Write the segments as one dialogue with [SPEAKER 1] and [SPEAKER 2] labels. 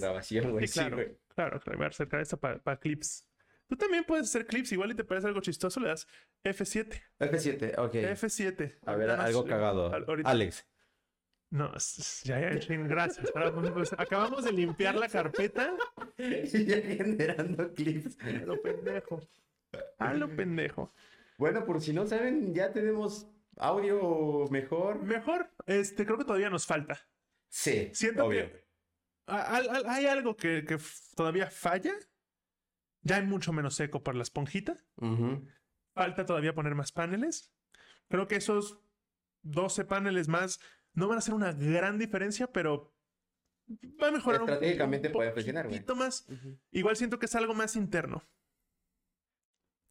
[SPEAKER 1] grabación, güey.
[SPEAKER 2] Sí, claro,
[SPEAKER 1] Sí, güey.
[SPEAKER 2] claro, claro, voy a acercar esta para clips. Tú también puedes hacer clips, igual y te parece algo chistoso, le das F7.
[SPEAKER 1] F7, ok.
[SPEAKER 2] F7.
[SPEAKER 1] a ver,
[SPEAKER 2] Danos-
[SPEAKER 1] algo cagado.
[SPEAKER 2] eh, al- ahorita-
[SPEAKER 1] Alex.
[SPEAKER 2] No, s- s- ya, ya, Shane, gracias. Ahora vamos- acabamos de limpiar la carpeta.
[SPEAKER 1] Ya generando clips.
[SPEAKER 2] A lo pendejo. A lo pendejo.
[SPEAKER 1] Bueno, por si no saben, ya tenemos audio mejor.
[SPEAKER 2] Mejor, este, creo que todavía nos falta.
[SPEAKER 1] Sí,
[SPEAKER 2] Siento
[SPEAKER 1] obvio.
[SPEAKER 2] que a- al- al- hay algo que, que f- todavía falla. Ya hay mucho menos eco para la esponjita.
[SPEAKER 1] Ujú.
[SPEAKER 2] Falta todavía poner más paneles. Creo que esos 12 paneles más no van a hacer una gran diferencia, pero va a mejorar un-
[SPEAKER 1] Estratégicamente
[SPEAKER 2] un
[SPEAKER 1] puede funcionar, güey.
[SPEAKER 2] poquito más. Igual siento que es algo más interno.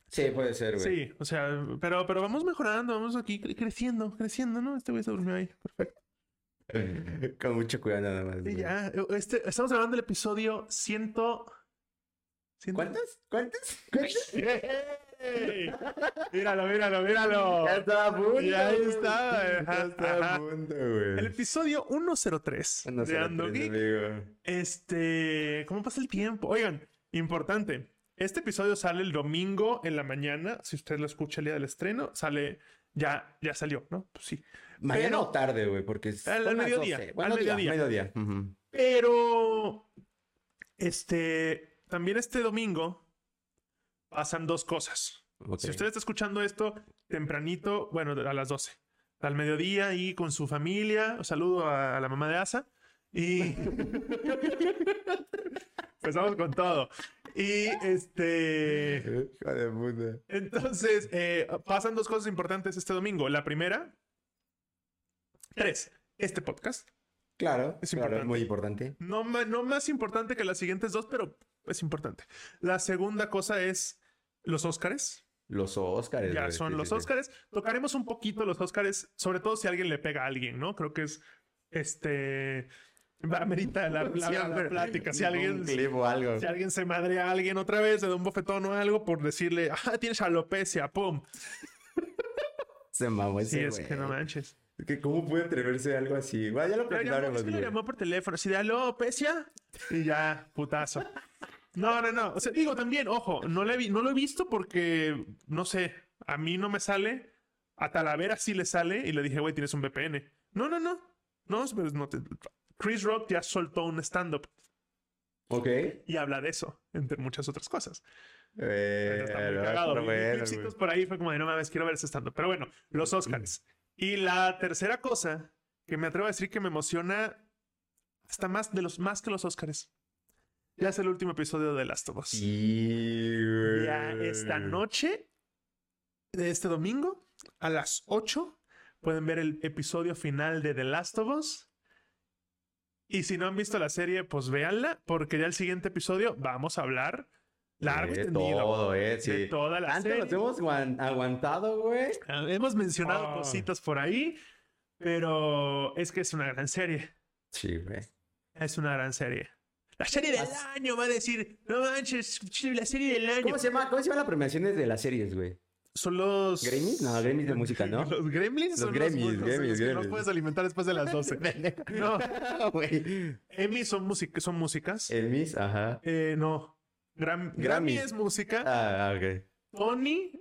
[SPEAKER 1] Sí, puede ser, güey.
[SPEAKER 2] Sí, o sea, pero, pero vamos mejorando, vamos aquí cre- creciendo, creciendo, ¿no? Este güey se durmió ahí. Perfecto.
[SPEAKER 1] Con mucho cuidado nada más.
[SPEAKER 2] Y
[SPEAKER 1] güey.
[SPEAKER 2] ya, este, estamos grabando el episodio 100. ciento-
[SPEAKER 1] ¿Cuántos? ¿Cuántos? ¿Cuántos?
[SPEAKER 2] ¡Ey! Míralo, míralo, míralo.
[SPEAKER 1] Ya está a punto.
[SPEAKER 2] Ya
[SPEAKER 1] güey.
[SPEAKER 2] está, güey.
[SPEAKER 1] Ya está
[SPEAKER 2] Ajá.
[SPEAKER 1] a punto,
[SPEAKER 2] El
[SPEAKER 1] güey.
[SPEAKER 2] episodio 103
[SPEAKER 1] No
[SPEAKER 2] de
[SPEAKER 1] será
[SPEAKER 2] Ando
[SPEAKER 1] tres,
[SPEAKER 2] Geek.
[SPEAKER 1] amigo.
[SPEAKER 2] Este, ¿cómo pasa el tiempo? Oigan, importante. Este episodio sale el domingo en la mañana. Si usted lo escucha el día del estreno, sale ya, ya salió, ¿no? Pues sí.
[SPEAKER 1] Mañana
[SPEAKER 2] Pero-
[SPEAKER 1] o tarde, güey, porque es
[SPEAKER 2] Al- al
[SPEAKER 1] son las
[SPEAKER 2] mediodía,
[SPEAKER 1] 12.
[SPEAKER 2] al
[SPEAKER 1] Bueno, día,
[SPEAKER 2] mediodía.
[SPEAKER 1] mediodía. Ujú.
[SPEAKER 2] Pero, este, también este domingo pasan dos cosas.
[SPEAKER 1] Ok.
[SPEAKER 2] Si usted está escuchando esto tempranito, bueno, a las 12, al mediodía y con su familia, un saludo a, a la mamá de Asa y pues vamos con todo. Y este,
[SPEAKER 1] Hijo de puta.
[SPEAKER 2] entonces, eh, pasan dos cosas importantes este domingo. La primera, tres, este podcast.
[SPEAKER 1] Claro,
[SPEAKER 2] Es
[SPEAKER 1] claro,
[SPEAKER 2] importante.
[SPEAKER 1] muy importante.
[SPEAKER 2] No, ma- no más importante que las siguientes dos, pero es importante. La segunda cosa es los Óscares.
[SPEAKER 1] Los Óscares.
[SPEAKER 2] Ya
[SPEAKER 1] güey,
[SPEAKER 2] son
[SPEAKER 1] Eh, sí,
[SPEAKER 2] los
[SPEAKER 1] sí, sí.
[SPEAKER 2] Óscares. Tocaremos un poquito los Óscares, sobre todo si alguien le pega a alguien, ¿no? Creo que es este. va- Amerita la, la-
[SPEAKER 1] Sí,
[SPEAKER 2] la
[SPEAKER 1] hombre.
[SPEAKER 2] plática. Si
[SPEAKER 1] Un
[SPEAKER 2] alguien,
[SPEAKER 1] clip o algo.
[SPEAKER 2] si alguien se madrea a alguien otra vez, le da un bofetón o algo por decirle, ah, tienes alopecia, pum.
[SPEAKER 1] Se mamó
[SPEAKER 2] Sí,
[SPEAKER 1] ese
[SPEAKER 2] es
[SPEAKER 1] güey.
[SPEAKER 2] que no manches.
[SPEAKER 1] Es que ¿Cómo puede atreverse a algo así? Bueno, ya lo
[SPEAKER 2] Lo llamó,
[SPEAKER 1] platicaremos,
[SPEAKER 2] es que lo
[SPEAKER 1] güey.
[SPEAKER 2] llamó por teléfono, así de alopecia y ya, putazo. No, no, no. O sea, digo también, ojo, no, le vi- no lo he visto porque, no sé, a mí no me sale. A Talavera sí le sale y le dije, güey, tienes un VPN. No, no, no. No, pero no te- Chris Rock ya soltó un stand-up
[SPEAKER 1] Ok.
[SPEAKER 2] y habla de eso, entre muchas otras cosas.
[SPEAKER 1] Eh,
[SPEAKER 2] Está muy
[SPEAKER 1] no,
[SPEAKER 2] cagado.
[SPEAKER 1] pero
[SPEAKER 2] Vi
[SPEAKER 1] bueno,
[SPEAKER 2] clipsitos
[SPEAKER 1] güey.
[SPEAKER 2] por ahí fue como de no mames, quiero ver ese estando. Pero bueno, los Oscars. Y la tercera cosa que me atrevo a decir que me emociona hasta más de los más que los Oscars. Ya es el último episodio de Last of Us.
[SPEAKER 1] Sí, güey.
[SPEAKER 2] Ya esta noche de este domingo a las 8 pueden ver el episodio final de The Last of Us. Y si no han visto la serie, pues véanla, porque ya el siguiente episodio vamos a hablar largo y
[SPEAKER 1] De
[SPEAKER 2] tendido
[SPEAKER 1] todo, eh,
[SPEAKER 2] de
[SPEAKER 1] sí.
[SPEAKER 2] toda la
[SPEAKER 1] Antes
[SPEAKER 2] serie.
[SPEAKER 1] nos hemos guan- aguantado, güey.
[SPEAKER 2] Ah, Hemos mencionado
[SPEAKER 1] Ah.
[SPEAKER 2] cositas por ahí, pero es que es una gran serie.
[SPEAKER 1] Sí, güey.
[SPEAKER 2] Es una gran serie. La serie del
[SPEAKER 1] As-
[SPEAKER 2] año va a decir, no manches, ch- la serie del año.
[SPEAKER 1] ¿Cómo se llama? ¿Cómo se llaman las premiaciones de las series, güey?
[SPEAKER 2] Son los
[SPEAKER 1] ¿Gremlins? No, Gremlins de música, ¿no?
[SPEAKER 2] Los Gremlins
[SPEAKER 1] Los
[SPEAKER 2] son
[SPEAKER 1] Gremlins, Gremlins,
[SPEAKER 2] buenos, son los que
[SPEAKER 1] Gremlins.
[SPEAKER 2] no puedes alimentar después de las 12. no,
[SPEAKER 1] güey.
[SPEAKER 2] Emmy son música, son músicas.
[SPEAKER 1] El Miss, ajá.
[SPEAKER 2] Eh, no. Gram- Grammy
[SPEAKER 1] Grammys.
[SPEAKER 2] es música.
[SPEAKER 1] Ah, ok.
[SPEAKER 2] Tony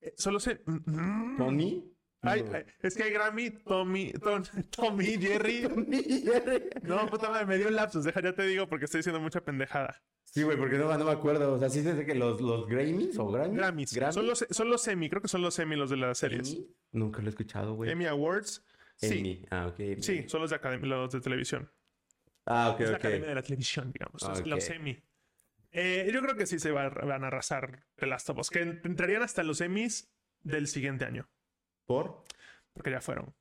[SPEAKER 2] eh, Solo sé. mm,
[SPEAKER 1] ¿Tony?
[SPEAKER 2] Ay,
[SPEAKER 1] No.
[SPEAKER 2] ay, es que hay Grammy, Tommy, Tom- Tommy, Jerry. No, puta madre, me dio un lapsus. Deja, ya te digo porque estoy diciendo mucha pendejada.
[SPEAKER 1] Sí, güey, porque no, no me acuerdo. O sea, sí se dice que los, los Grammys o Grammys.
[SPEAKER 2] Grammys. Son, los, son los semi, creo que son los semi los de las series. Emmy,
[SPEAKER 1] Emmy. Nunca lo he escuchado, güey.
[SPEAKER 2] Awards. Sí,
[SPEAKER 1] Emmy. Ah, ok. Emmy.
[SPEAKER 2] sí, son los de, academ- los de televisión.
[SPEAKER 1] Ah, ok,
[SPEAKER 2] es la
[SPEAKER 1] ok.
[SPEAKER 2] academia de la televisión, digamos. los-
[SPEAKER 1] Ok.
[SPEAKER 2] Los Emmy. Eh, yo creo que sí se va a- van a arrasar The Last of Us, que en- entrarían hasta los Emmys del siguiente año,
[SPEAKER 1] ¿Por?
[SPEAKER 2] porque ya fueron,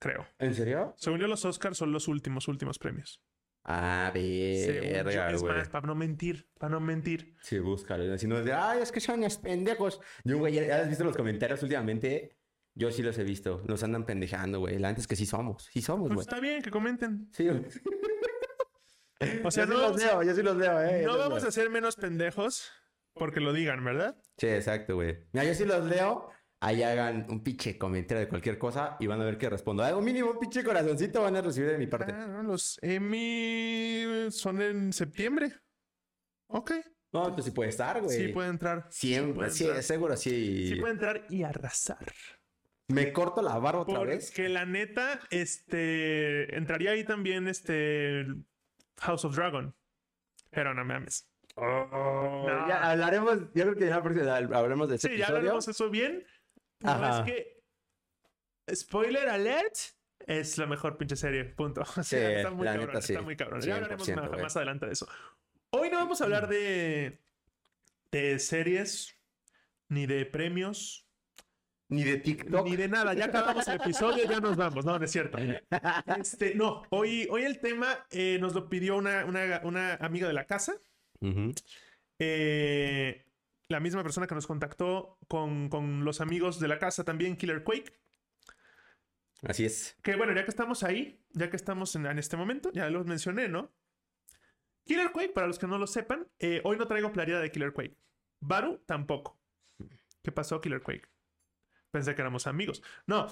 [SPEAKER 2] creo.
[SPEAKER 1] ¿En serio?
[SPEAKER 2] Según yo, los Oscars son los últimos, últimos premios.
[SPEAKER 1] Ah,
[SPEAKER 2] Según yo,
[SPEAKER 1] verga,
[SPEAKER 2] es
[SPEAKER 1] güey.
[SPEAKER 2] más, para no mentir, para no mentir.
[SPEAKER 1] Sí, búscalo. Si no es de, ay, es que son los pendejos. Yo, güey, ya, ya has visto los comentarios últimamente. Yo sí los he visto. Nos andan pendejando, güey. La antes que sí somos. Sí somos,
[SPEAKER 2] Pues
[SPEAKER 1] güey.
[SPEAKER 2] está bien que comenten.
[SPEAKER 1] Sí, güey.
[SPEAKER 2] O sea,
[SPEAKER 1] yo
[SPEAKER 2] no
[SPEAKER 1] sí los
[SPEAKER 2] vamos a-
[SPEAKER 1] leo, yo sí los leo, eh.
[SPEAKER 2] No vamos a ser menos pendejos porque lo digan, ¿verdad?
[SPEAKER 1] Sí, exacto, güey. Mira, yo sí los leo, ahí hagan un pinche comentario de cualquier cosa y van a ver que respondo. Algo mínimo, un pinche corazoncito van a recibir de mi parte.
[SPEAKER 2] Ah, no, los Emmy son en septiembre. Ok.
[SPEAKER 1] No, pues sí puede estar, güey.
[SPEAKER 2] Sí puede entrar.
[SPEAKER 1] Siempre,
[SPEAKER 2] puede
[SPEAKER 1] sí,
[SPEAKER 2] entrar.
[SPEAKER 1] seguro, sí.
[SPEAKER 2] Sí puede entrar y arrasar.
[SPEAKER 1] Me corto la barba otra vez.
[SPEAKER 2] Que la neta, este, entraría ahí también este House of Dragon. Pero no mames. No.
[SPEAKER 1] Oh, Ya hablaremos, yo creo que ya la próxima- hablaremos de ese
[SPEAKER 2] Sí, ya
[SPEAKER 1] este episodio.
[SPEAKER 2] hablaremos eso bien. No,
[SPEAKER 1] Ajá.
[SPEAKER 2] es que. Spoiler alert. Es la mejor pinche serie. Punto. O sea,
[SPEAKER 1] Sí,
[SPEAKER 2] está muy
[SPEAKER 1] la
[SPEAKER 2] cabrón.
[SPEAKER 1] neta, sí.
[SPEAKER 2] Está muy cabrón. Ya hablaremos
[SPEAKER 1] 100%,
[SPEAKER 2] más,
[SPEAKER 1] güey. Mm.
[SPEAKER 2] más adelante de eso. Hoy no vamos a hablar de. de series. Ni de premios.
[SPEAKER 1] Ni de TikTok.
[SPEAKER 2] Ni de nada. Ya acabamos el episodio, ya nos vamos. No, no es cierto. Este, no, hoy, hoy el tema eh, nos lo pidió una, una, una amiga de la casa.
[SPEAKER 1] Ujú.
[SPEAKER 2] Eh, la misma persona que nos contactó con, con los amigos de la casa también, Killer Quake.
[SPEAKER 1] Así es.
[SPEAKER 2] Que bueno, ya que estamos ahí, ya que estamos en, en este momento, ya los mencioné, ¿no? Killer Quake, para los que no lo sepan, eh, hoy no traigo claridad de Killer Quake. Baru tampoco. ¿Qué pasó, Killer Quake? Pensé que éramos amigos. No,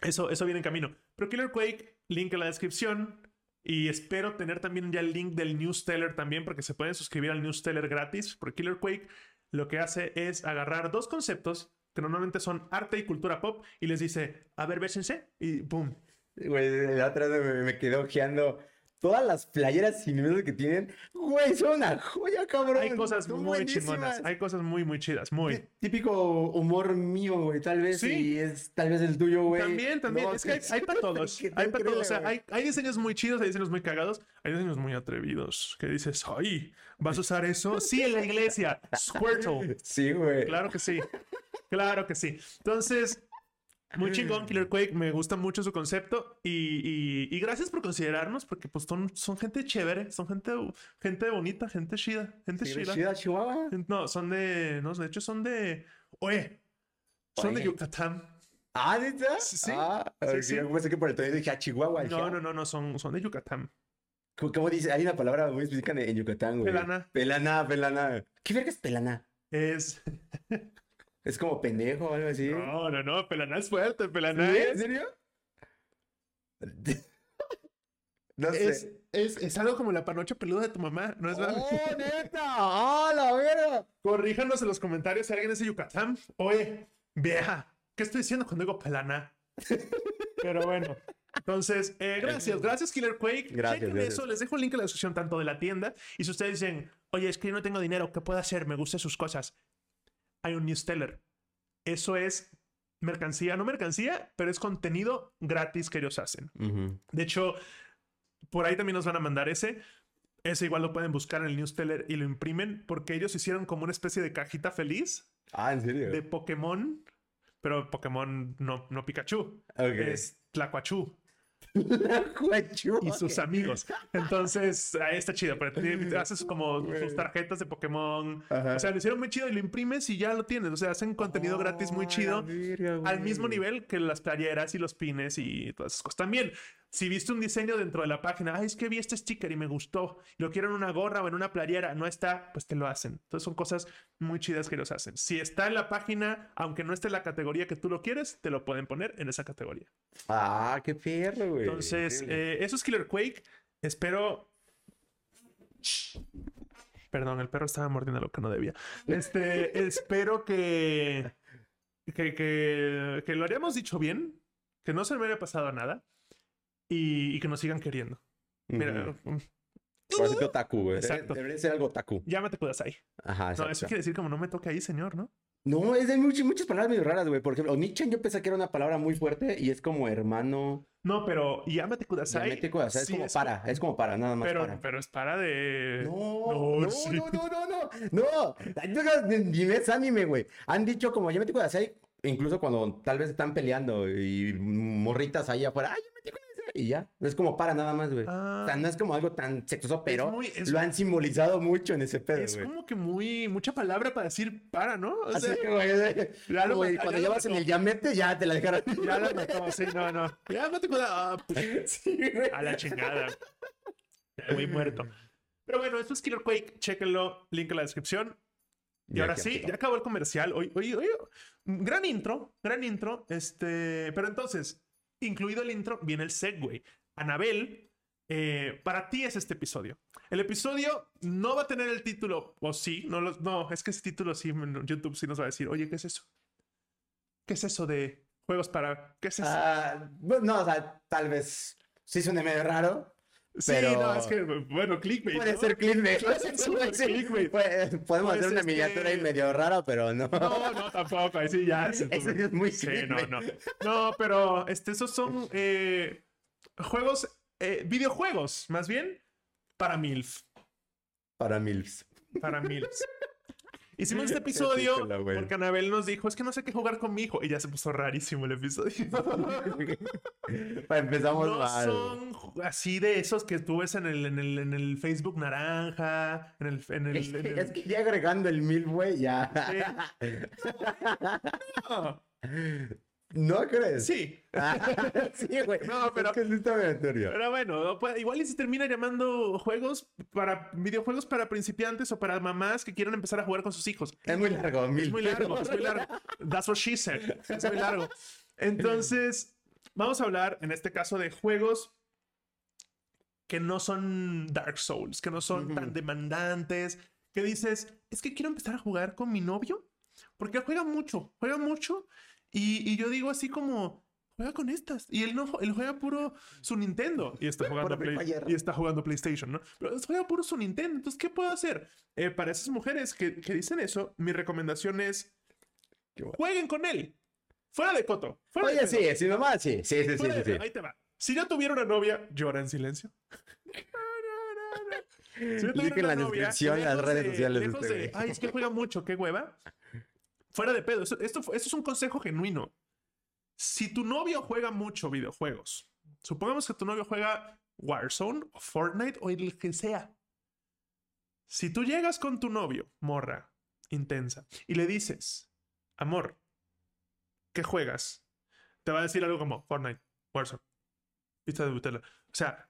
[SPEAKER 2] eso, eso viene en camino. Pero Killer Quake, link en la descripción. Y espero tener también ya el link del newsteller también, porque se pueden suscribir al newsteller gratis. Porque Killer Quake lo que hace es agarrar dos conceptos que normalmente son arte y cultura pop y les dice, a ver, bésense y ¡pum!
[SPEAKER 1] Güey, la otra vez me, me quedé ojeando todas las playeras sin miedo que tienen. Güey, son una joya, cabrón.
[SPEAKER 2] Hay cosas
[SPEAKER 1] Son
[SPEAKER 2] muy
[SPEAKER 1] buenísimas.
[SPEAKER 2] chingonas, hay cosas muy, muy chidas, muy.
[SPEAKER 1] Tí- Típico humor mío, güey, tal vez.
[SPEAKER 2] Sí.
[SPEAKER 1] Y es tal vez el tuyo, güey.
[SPEAKER 2] También, también,
[SPEAKER 1] No,
[SPEAKER 2] es que hay, hay para todos,
[SPEAKER 1] que
[SPEAKER 2] hay para
[SPEAKER 1] increíble,
[SPEAKER 2] todos, o sea,
[SPEAKER 1] güey.
[SPEAKER 2] hay, hay diseños muy chidos, hay diseños muy cagados, hay diseños muy atrevidos, que dices, ¡ay! ¿Vas a usar eso? Sí, en la iglesia, Squirtle.
[SPEAKER 1] Sí, güey.
[SPEAKER 2] Claro que sí. Claro que sí. Entonces, muy chingón Killer Quake. Me gusta mucho su concepto. Y, y- y gracias por considerarnos, porque pues son, son gente chévere. Son gente, gente bonita, gente chida. Gente
[SPEAKER 1] Sí,
[SPEAKER 2] chida.
[SPEAKER 1] Chida, Chihuahua.
[SPEAKER 2] No, son de... No, de hecho son de... Oye, son de
[SPEAKER 1] Oye.
[SPEAKER 2] Yucatán.
[SPEAKER 1] Ah, ¿neta?
[SPEAKER 2] Sí, sí.
[SPEAKER 1] Ah,
[SPEAKER 2] Sí,
[SPEAKER 1] ok,
[SPEAKER 2] sí.
[SPEAKER 1] Yo pensé que por el tono dije a Chihuahua. dije,
[SPEAKER 2] No,
[SPEAKER 1] ah,
[SPEAKER 2] no, no, no, son, son de Yucatán.
[SPEAKER 1] ¿Cómo, cómo dice? Hay una palabra muy específica en, en Yucatán, güey.
[SPEAKER 2] Pelana.
[SPEAKER 1] Pelana, pelana. ¿Qué verga es pelana?
[SPEAKER 2] Es...
[SPEAKER 1] Es como pendejo o algo así.
[SPEAKER 2] No, no, no, Pelaná es fuerte,
[SPEAKER 1] ¿Sí?
[SPEAKER 2] Pelaná
[SPEAKER 1] ¿En
[SPEAKER 2] es...
[SPEAKER 1] serio? no sé.
[SPEAKER 2] Es, es, es algo como la panocha peluda de tu mamá, ¿no es verdad?
[SPEAKER 1] ¡Oh, neta! ¡Ah, la verga!
[SPEAKER 2] Corríjanos en los comentarios si alguien es de Yucatán. Oye, vieja, ¿qué estoy diciendo cuando digo pelana? Pero bueno. Entonces, eh, gracias, gracias Killer Quake.
[SPEAKER 1] Gracias,
[SPEAKER 2] Chequen
[SPEAKER 1] gracias.
[SPEAKER 2] eso, les dejo el link en la descripción tanto de la tienda. Y si ustedes dicen, oye, es que yo no tengo dinero, ¿qué puedo hacer? Me gustan sus cosas. Hay un newsteller. Eso es mercancía, no mercancía, pero es contenido gratis que ellos hacen. De hecho, por ahí también nos van a mandar ese. Ese igual lo pueden buscar en el newsteller y lo imprimen porque ellos hicieron como una especie de cajita feliz
[SPEAKER 1] Ah, ¿en serio?
[SPEAKER 2] de Pokémon, pero Pokémon no, no Pikachu,
[SPEAKER 1] Ok.
[SPEAKER 2] es Tlacuachú
[SPEAKER 1] Guachu,
[SPEAKER 2] y sus
[SPEAKER 1] ok.
[SPEAKER 2] amigos. Entonces, ahí está chido, pero tiene- haces como
[SPEAKER 1] Güey.
[SPEAKER 2] sus tarjetas de Pokémon.
[SPEAKER 1] Ajá.
[SPEAKER 2] O sea, lo hicieron muy chido y lo imprimes y ya lo tienes. O sea, hacen contenido gratis muy
[SPEAKER 1] Ah,
[SPEAKER 2] chido
[SPEAKER 1] la verga, güey.
[SPEAKER 2] al mismo nivel que las playeras y los pines y todas esas cosas. También, si viste un diseño dentro de la página, "Ay, es que vi este sticker y me gustó, lo quiero en una gorra o en una playera, no está, pues te lo hacen. Entonces son cosas muy chidas que los hacen. Si está en la página, aunque no esté en la categoría que tú lo quieres, te lo pueden poner en esa categoría.
[SPEAKER 1] Ah, qué perro, güey.
[SPEAKER 2] Entonces,
[SPEAKER 1] Increíble.
[SPEAKER 2] eh, eso es Killer Quake. Espero... Perdón, el perro estaba mordiendo lo que no debía. Este, espero que, que, que, que lo hayamos dicho bien, que no se me haya pasado nada y, y que nos sigan queriendo. Mira,
[SPEAKER 1] Ujú. Por eso que otaku, güey.
[SPEAKER 2] Exacto.
[SPEAKER 1] Exacto. Debería ser algo otaku.
[SPEAKER 2] llámate Kudasai.
[SPEAKER 1] Ajá,
[SPEAKER 2] No,
[SPEAKER 1] exacto.
[SPEAKER 2] eso quiere decir como no me toque ahí, señor, ¿no?
[SPEAKER 1] No, es de muchas, muchas palabras medio raras, güey. Por ejemplo, Onichen yo pensé que era una palabra muy fuerte y es como hermano.
[SPEAKER 2] No, pero llámate Kudasai.
[SPEAKER 1] Dialéctico, o sea, es
[SPEAKER 2] sí
[SPEAKER 1] como
[SPEAKER 2] es-
[SPEAKER 1] para, es como para, nada más
[SPEAKER 2] Pero,
[SPEAKER 1] para.
[SPEAKER 2] pero es para de...
[SPEAKER 1] No,
[SPEAKER 2] no,
[SPEAKER 1] no,
[SPEAKER 2] sí.
[SPEAKER 1] no, no, no, no, no. Ay, no, no, Ni ni ves anime, güey. Han dicho como yo me tengo de hacer, incluso cuando tal vez están peleando y morritas ahí afuera, ay, yo me tengo de hacer", y ya. Es como para nada más, güey.
[SPEAKER 2] Ah.
[SPEAKER 1] O sea, no es como algo tan sexoso, pero
[SPEAKER 2] muy- es-
[SPEAKER 1] lo han simbolizado mucho en ese pedo,
[SPEAKER 2] Es
[SPEAKER 1] güey.
[SPEAKER 2] como que muy mucha palabra para decir para, ¿no? O
[SPEAKER 1] Así
[SPEAKER 2] sea,
[SPEAKER 1] que, güey, de-
[SPEAKER 2] ya lo
[SPEAKER 1] güey,
[SPEAKER 2] mató,
[SPEAKER 1] cuando
[SPEAKER 2] ya lo
[SPEAKER 1] llevas en
[SPEAKER 2] mató.
[SPEAKER 1] el llamete, ya te la dejaron.
[SPEAKER 2] ya la mató, sí, no, no. Ya no te cuida- ah, pues,
[SPEAKER 1] Sí, güey.
[SPEAKER 2] A la chingada. Ya Muy muerto. Pero bueno, esto es Killer Quake, chéquenlo, link en la descripción. Y
[SPEAKER 1] Ya
[SPEAKER 2] ahora
[SPEAKER 1] que-
[SPEAKER 2] sí, ya acabó el comercial. Hoy, hoy, hoy- gran intro, gran intro. Este, pero entonces, incluido el intro, viene el segue. Anabel, eh, para ti es este episodio. El episodio no va a tener el título, o sí, no, los, no, es que ese título sí, en YouTube sí nos va a decir, oye, ¿qué es eso? ¿Qué es eso de juegos para... ¿Qué es eso?
[SPEAKER 1] Ah, bueno, no, o sea, tal vez sí suene medio raro.
[SPEAKER 2] sí,
[SPEAKER 1] pero-
[SPEAKER 2] no, es que, bueno, clickbait.
[SPEAKER 1] Puede
[SPEAKER 2] ¿no?
[SPEAKER 1] ser clickbait.
[SPEAKER 2] Puede ser súper
[SPEAKER 1] Sí,
[SPEAKER 2] clickbait.
[SPEAKER 1] puede- podemos
[SPEAKER 2] Pues,
[SPEAKER 1] hacer una
[SPEAKER 2] este-
[SPEAKER 1] miniatura ahí medio rara, pero no.
[SPEAKER 2] No, no, tampoco. Ahí sí ya. se-
[SPEAKER 1] Eso sí es muy
[SPEAKER 2] Sí, no,
[SPEAKER 1] clickbait.
[SPEAKER 2] no. No, pero este, esos son eh, juegos, eh, videojuegos, más bien, para MILF.
[SPEAKER 1] Para MILFs.
[SPEAKER 2] Para MILFs. Hicimos este
[SPEAKER 1] Qué
[SPEAKER 2] episodio
[SPEAKER 1] ridícula, güey.
[SPEAKER 2] porque Anabel nos dijo, es que no sé qué jugar con mi hijo. Y ya se puso rarísimo el episodio.
[SPEAKER 1] Bueno, empezamos
[SPEAKER 2] No
[SPEAKER 1] mal.
[SPEAKER 2] son ju- así de esos que tú ves en el, en el, en el Facebook naranja, en el... En el,
[SPEAKER 1] Es
[SPEAKER 2] en
[SPEAKER 1] que,
[SPEAKER 2] el-
[SPEAKER 1] es que ya agregando el MILF, güey, ya.
[SPEAKER 2] No,
[SPEAKER 1] ¿No crees?
[SPEAKER 2] sí.
[SPEAKER 1] sí, güey.
[SPEAKER 2] No, pero-
[SPEAKER 1] Es que sí está medio turbio.
[SPEAKER 2] Pero bueno, no puede- igual y se termina llamando juegos para videojuegos para principiantes o para mamás que quieran empezar a jugar con sus hijos.
[SPEAKER 1] Es muy largo, MILF.
[SPEAKER 2] Es muy largo, es muy largo. That's what she said. Es muy largo. Entonces, vamos a hablar en este caso de juegos que no son Dark Souls, que no son
[SPEAKER 1] Ujú.
[SPEAKER 2] tan demandantes, que dices, es que quiero empezar a jugar con mi novio, porque él juega mucho, juega mucho, y, y yo digo así como, juega con estas, y él no, ju- él juega puro su Nintendo, y está jugando,
[SPEAKER 1] Puro Free
[SPEAKER 2] Play-
[SPEAKER 1] Fire.
[SPEAKER 2] y está jugando PlayStation, ¿no? Pero él juega puro su Nintendo, entonces, ¿qué puedo hacer? Eh, para esas mujeres que, que dicen eso, mi recomendación es,
[SPEAKER 1] Qué bueno.
[SPEAKER 2] jueguen con él, fuera de coto, fuera de
[SPEAKER 1] Oye,
[SPEAKER 2] pedo.
[SPEAKER 1] sí, sí, nomás, sí. Sí, sí, sí,
[SPEAKER 2] Fuera
[SPEAKER 1] sí.
[SPEAKER 2] de
[SPEAKER 1] sí.
[SPEAKER 2] pedo, Ahí te va. Si yo tuviera una novia, llora en silencio. Si yo tuviera
[SPEAKER 1] Link en
[SPEAKER 2] una
[SPEAKER 1] la
[SPEAKER 2] novia,
[SPEAKER 1] descripción, las
[SPEAKER 2] lejos
[SPEAKER 1] redes
[SPEAKER 2] de-
[SPEAKER 1] sociales. de
[SPEAKER 2] lejos
[SPEAKER 1] este
[SPEAKER 2] de, Ah,
[SPEAKER 1] güey.
[SPEAKER 2] Ay, es que juega mucho, qué hueva. Fuera de pedo. Esto, esto, esto es un consejo genuino. Si tu novio juega mucho videojuegos, supongamos que tu novio juega Warzone o Fortnite o el que sea. Si tú llegas con tu novio, morra, intensa, y le dices, amor, ¿qué juegas? Te va a decir algo como Fortnite, Warzone, pista de Nutella. O sea,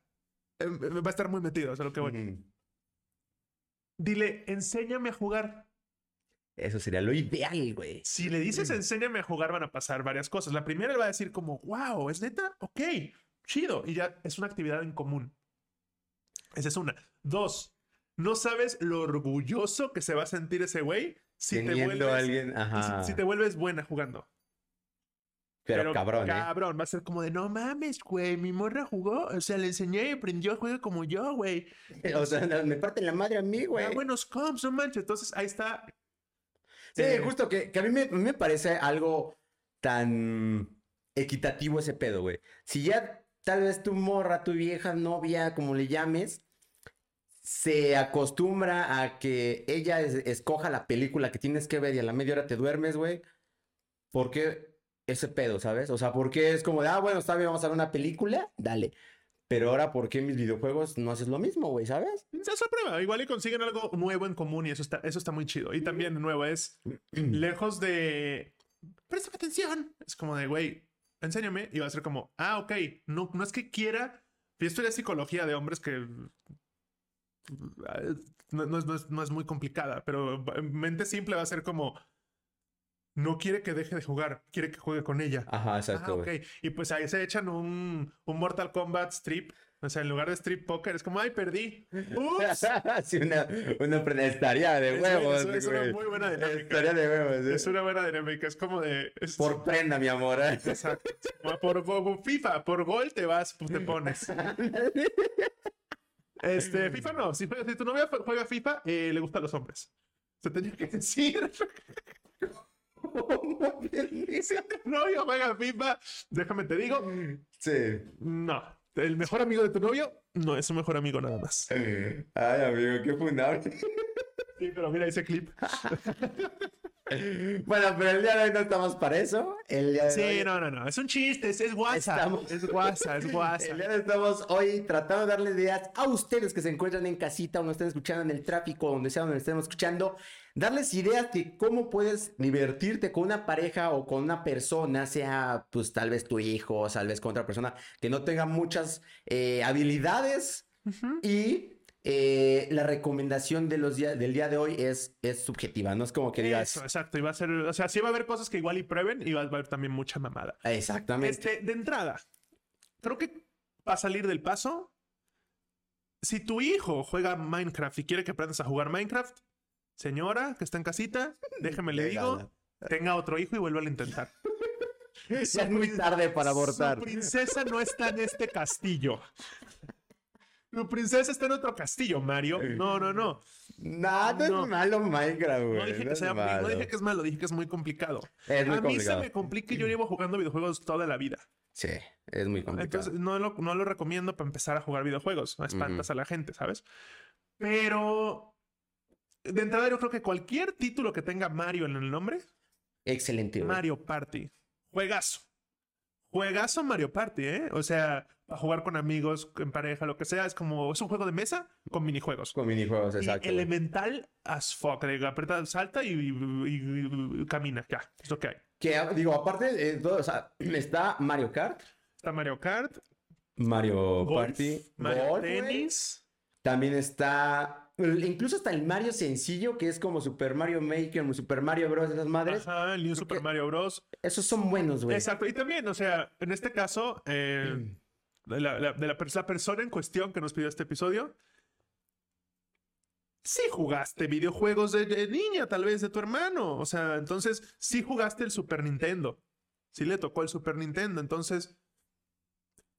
[SPEAKER 2] eh, va a estar muy metido, o sea, lo que voy.
[SPEAKER 1] Ujú.
[SPEAKER 2] Dile, enséñame a jugar.
[SPEAKER 1] Eso sería lo ideal, güey.
[SPEAKER 2] Si le
[SPEAKER 1] Mm.
[SPEAKER 2] dices enséñame a jugar, van a pasar varias cosas. La primera le va a decir como, wow, ¿es neta? Ok, chido. Y ya es una actividad en común. Esa es una. Dos, no sabes lo orgulloso que se va a sentir ese güey si te
[SPEAKER 1] Teniendo
[SPEAKER 2] vuelves...
[SPEAKER 1] a alguien, ajá.
[SPEAKER 2] Si, si te vuelves buena jugando.
[SPEAKER 1] pero, cabrón, ¿eh?
[SPEAKER 2] Cabrón, va a ser como de no mames, güey. Mi morra jugó, o sea, le enseñé y aprendió a jugar como yo, güey.
[SPEAKER 1] O sea, no, me parten la madre a mí, güey.
[SPEAKER 2] Da buenos comps, no manches. Entonces ahí está.
[SPEAKER 1] Sí,
[SPEAKER 2] Eh,
[SPEAKER 1] justo que, que a mí me, me parece algo tan equitativo ese pedo, güey. Si ya tal vez tu morra, tu vieja, novia, como le llames, se acostumbra a que ella es- escoja la película que tienes que ver y a la media hora te duermes, güey. ¿Por qué ese pedo, sabes? O sea, ¿por qué es como de, ah, bueno, está bien, vamos a ver una película? Dale. Pero ahora, ¿por qué en mis videojuegos no haces lo mismo, güey, sabes?
[SPEAKER 2] Se hace prueba, igual y consiguen algo nuevo en común y eso está, eso está muy chido. Y también, de nuevo, es lejos de. Préstame atención. Es como de, güey, enséñame. Y va a ser como, ah, ok, no, no es que quiera. Yo estudié psicología de hombres que. eh, No, no es, no es- no es muy complicada, pero en mente simple va a ser como. No quiere que deje de jugar, quiere que juegue con ella.
[SPEAKER 1] Ajá,
[SPEAKER 2] Ah,
[SPEAKER 1] exacto,
[SPEAKER 2] ok.
[SPEAKER 1] güey.
[SPEAKER 2] Y pues ahí se echan un, un Mortal Kombat strip. O sea, en lugar de strip poker, es como, ay, perdí. Ups.
[SPEAKER 1] sí, una, una pre- estaría de
[SPEAKER 2] Es
[SPEAKER 1] huevos.
[SPEAKER 2] buena, es una- es una
[SPEAKER 1] güey.
[SPEAKER 2] muy buena dinámica.
[SPEAKER 1] Estaría de huevos. ¿eh?
[SPEAKER 2] Es una buena dinámica. Es como de. es-
[SPEAKER 1] Por prenda, mi amor. ¿eh?
[SPEAKER 2] Exacto. Es como, Por, go- go- FIFA, por gol te vas, pues, te pones. Este, FIFA no. Si, juega- si tu novia fue- juega FIFA, eh, le gustan los hombres. Se tenía que decir. Si tu novio juega FIFA, déjame te digo,
[SPEAKER 1] sí.
[SPEAKER 2] no. El mejor amigo de tu novio no es un mejor amigo nada más.
[SPEAKER 1] Ay, amigo, qué fundable.
[SPEAKER 2] Sí, pero mira ese clip.
[SPEAKER 1] Bueno, pero el día de hoy no estamos para eso. El día de
[SPEAKER 2] Sí,
[SPEAKER 1] hoy...
[SPEAKER 2] no, no, no. Es un chiste, es, es guasa.
[SPEAKER 1] Estamos-
[SPEAKER 2] Es guasa, es guasa.
[SPEAKER 1] El día de hoy estamos hoy tratando de darle ideas a ustedes que se encuentran en casita o nos estén escuchando en el tráfico, donde sea donde estén escuchando, darles ideas de cómo puedes divertirte con una pareja o con una persona, sea pues tal vez tu hijo, tal vez con otra persona que no tenga muchas eh, habilidades
[SPEAKER 2] Ujú.
[SPEAKER 1] y eh, la recomendación de los día- del día de hoy es, es subjetiva, no es como que digas.
[SPEAKER 2] Eso, exacto. Y va a ser, o sea, sí va a haber cosas que igual y prueben y va a haber también mucha mamada.
[SPEAKER 1] Exactamente.
[SPEAKER 2] Este, de entrada, creo que va a salir del paso. Si tu hijo juega Minecraft y quiere que aprendas a jugar Minecraft, señora que está en casita, déjeme le digo,
[SPEAKER 1] Regala.
[SPEAKER 2] tenga otro hijo y vuelva a intentar.
[SPEAKER 1] Ya es muy tarde para abortar.
[SPEAKER 2] Su princesa no está en este castillo. Tu princesa está en otro castillo, Mario. No, no, no.
[SPEAKER 1] Nada
[SPEAKER 2] Ah, No.
[SPEAKER 1] es malo Minecraft, güey.
[SPEAKER 2] No dije,
[SPEAKER 1] no
[SPEAKER 2] que
[SPEAKER 1] es
[SPEAKER 2] sea-
[SPEAKER 1] malo.
[SPEAKER 2] no dije que es malo, dije que es muy complicado.
[SPEAKER 1] Es muy
[SPEAKER 2] a mí
[SPEAKER 1] complicado.
[SPEAKER 2] se me complica y yo llevo jugando videojuegos toda la vida.
[SPEAKER 1] Sí, es muy complicado.
[SPEAKER 2] Entonces no lo, no lo recomiendo para empezar a jugar videojuegos. No espantas a la gente, ¿sabes? Pero de entrada yo creo que cualquier título que tenga Mario en el nombre,
[SPEAKER 1] Excelente, güey.
[SPEAKER 2] Mario Party, juegazo. Juegazo Mario Party, ¿eh? O sea, a jugar con amigos, en pareja, lo que sea. Es como, es un juego de mesa con minijuegos.
[SPEAKER 1] Con minijuegos,
[SPEAKER 2] Y
[SPEAKER 1] exacto. güey.
[SPEAKER 2] elemental as fuck. Le digo, Aprieta, salta y, y- y- y camina. Ya, es lo que hay.
[SPEAKER 1] Que a- digo, aparte, de todo, o sea, está Mario Kart,
[SPEAKER 2] Está Mario Kart,
[SPEAKER 1] Mario
[SPEAKER 2] golf,
[SPEAKER 1] Party,
[SPEAKER 2] Mario
[SPEAKER 1] golf, güey.
[SPEAKER 2] Tennis.
[SPEAKER 1] También está. Incluso está el Mario sencillo, que es como Super Mario Maker, como Super Mario Bros. Esas madres.
[SPEAKER 2] Ajá, el New Super
[SPEAKER 1] que-
[SPEAKER 2] Mario Bros.
[SPEAKER 1] Esos son buenos, güey.
[SPEAKER 2] Exacto. Y también, o sea, en este caso, eh, de, la, la- de la pers- la persona en cuestión que nos pidió este episodio, sí jugaste videojuegos de, de niña, tal vez de tu hermano. O sea, entonces sí jugaste el Super Nintendo. Sí le tocó el Super Nintendo. Entonces,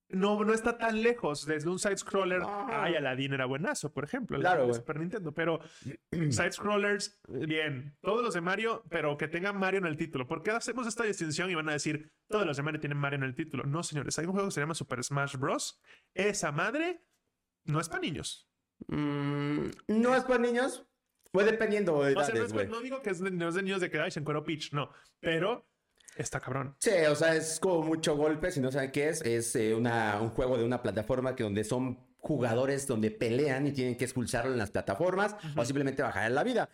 [SPEAKER 2] no, no está tan lejos desde un side-scroller.
[SPEAKER 1] Ah.
[SPEAKER 2] Ay, Aladdin era buenazo, por ejemplo. el
[SPEAKER 1] Claro,
[SPEAKER 2] de
[SPEAKER 1] güey.
[SPEAKER 2] Super Nintendo. Pero Side scrollers, bien. Todos los de Mario, pero que tengan Mario en el título. ¿Por qué hacemos esta distinción y van a decir todos los de Mario tienen Mario en el título? No, señores, hay un juego que se llama Super Smash Bros. Esa madre no es para niños.
[SPEAKER 1] Mm, no es para niños. Fue dependiendo de
[SPEAKER 2] O sea, no,
[SPEAKER 1] edades,
[SPEAKER 2] es pa-
[SPEAKER 1] güey.
[SPEAKER 2] no digo que es de, no es de niños de que "Ay, se encueró Peach, no. Pero está cabrón.
[SPEAKER 1] Sí, o sea, es como mucho golpe, si no saben qué es, es eh, una, un juego de una plataforma que donde son jugadores donde pelean y tienen que expulsarlo en las plataformas o simplemente bajar en la vida.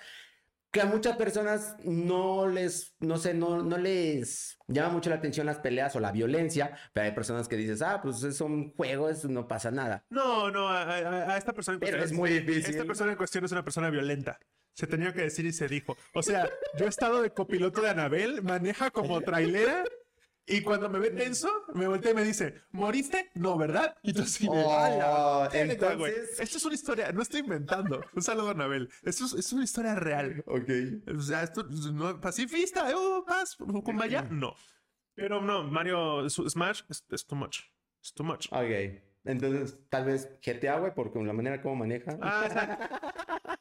[SPEAKER 1] Que a muchas personas no les, no sé, no, no les llama mucho la atención las peleas o la violencia, pero hay personas que dices, ah, pues es un juego, es- no pasa nada.
[SPEAKER 2] No, no, a, a- a esta persona en
[SPEAKER 1] Pero
[SPEAKER 2] cuestión-
[SPEAKER 1] es muy difícil.
[SPEAKER 2] Esta persona en cuestión es una persona violenta. Se tenía que decir y se dijo. O sea, yo he estado de copiloto de Anabel, maneja como trailera y cuando me ve tenso, me voltea y me dice, ¿moriste? No, ¿verdad? Y yo así de,
[SPEAKER 1] Oh,
[SPEAKER 2] "Ala, verga,
[SPEAKER 1] entonces-
[SPEAKER 2] güey". Esto es una historia, no estoy inventando. Un saludo a Anabel. Esto es, es una historia real.
[SPEAKER 1] Ok.
[SPEAKER 2] O sea, esto no pacifista, eh, oh, paz, cumbaya, no. Pero no, Mario su- Smash es es too much. Es too much.
[SPEAKER 1] Ok. Entonces, tal vez GTA, güey, porque la manera como maneja.
[SPEAKER 2] Ah, o sea,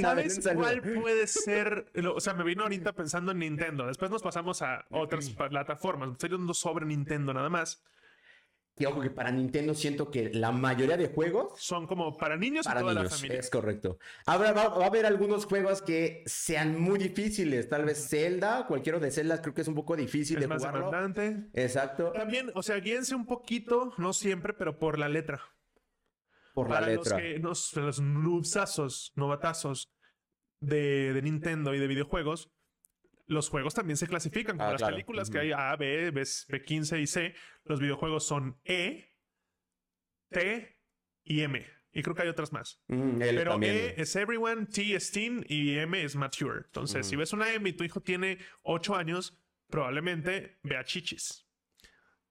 [SPEAKER 2] ¿Sabes cuál puede ser? lo- O sea, me vino ahorita pensando en Nintendo. Después nos pasamos a otras plataformas. Estoy dando sobre Nintendo nada más.
[SPEAKER 1] Y ojo que para Nintendo siento que la mayoría de juegos
[SPEAKER 2] Son como para niños y
[SPEAKER 1] para
[SPEAKER 2] toda la
[SPEAKER 1] niños,
[SPEAKER 2] familia.
[SPEAKER 1] es correcto. Habrá, va, va a haber algunos juegos que sean muy difíciles, tal vez Zelda, cualquiera de Zelda creo que es un poco difícil
[SPEAKER 2] Es
[SPEAKER 1] de
[SPEAKER 2] más
[SPEAKER 1] jugarlo.
[SPEAKER 2] demandante.
[SPEAKER 1] Exacto,
[SPEAKER 2] También, o sea, guíense un poquito, no siempre, pero por la letra.
[SPEAKER 1] por la
[SPEAKER 2] para
[SPEAKER 1] letra.
[SPEAKER 2] los que nos- los noobsazos, novatazos de, de Nintendo y de videojuegos, los juegos también se clasifican como
[SPEAKER 1] Ah,
[SPEAKER 2] las
[SPEAKER 1] claro.
[SPEAKER 2] películas
[SPEAKER 1] Ujú.
[SPEAKER 2] que hay A, B, B, B15 y C. Los videojuegos son E, T y M. Y creo que hay otras más.
[SPEAKER 1] Mm, él
[SPEAKER 2] Pero
[SPEAKER 1] también.
[SPEAKER 2] E es everyone, T es teen y M es mature. Entonces, si ves una M y tu hijo tiene 8 años, probablemente vea chichis.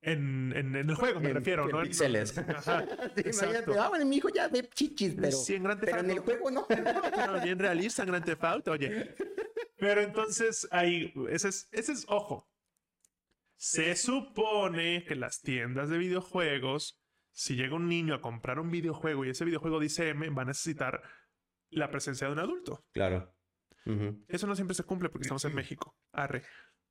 [SPEAKER 2] En, en- en el juego, me
[SPEAKER 1] En-
[SPEAKER 2] refiero,
[SPEAKER 1] en
[SPEAKER 2] ¿no?
[SPEAKER 1] píxeles.
[SPEAKER 2] Ajá,
[SPEAKER 1] Sí,
[SPEAKER 2] exacto.
[SPEAKER 1] imagínate, ah, bueno, mi hijo ya ve chichis, pero,
[SPEAKER 2] Sí, en Grand Theft
[SPEAKER 1] pero en el
[SPEAKER 2] Auto.
[SPEAKER 1] juego no.
[SPEAKER 2] Pero bien realista en Grand Theft Auto, oye. Pero entonces ahí, ese es, ese es, ojo. Se supone que las tiendas de videojuegos, si llega un niño a comprar un videojuego y ese videojuego dice M, va a necesitar la presencia de un adulto.
[SPEAKER 1] claro. Ujú.
[SPEAKER 2] Eso no siempre se cumple porque estamos en México. Arre.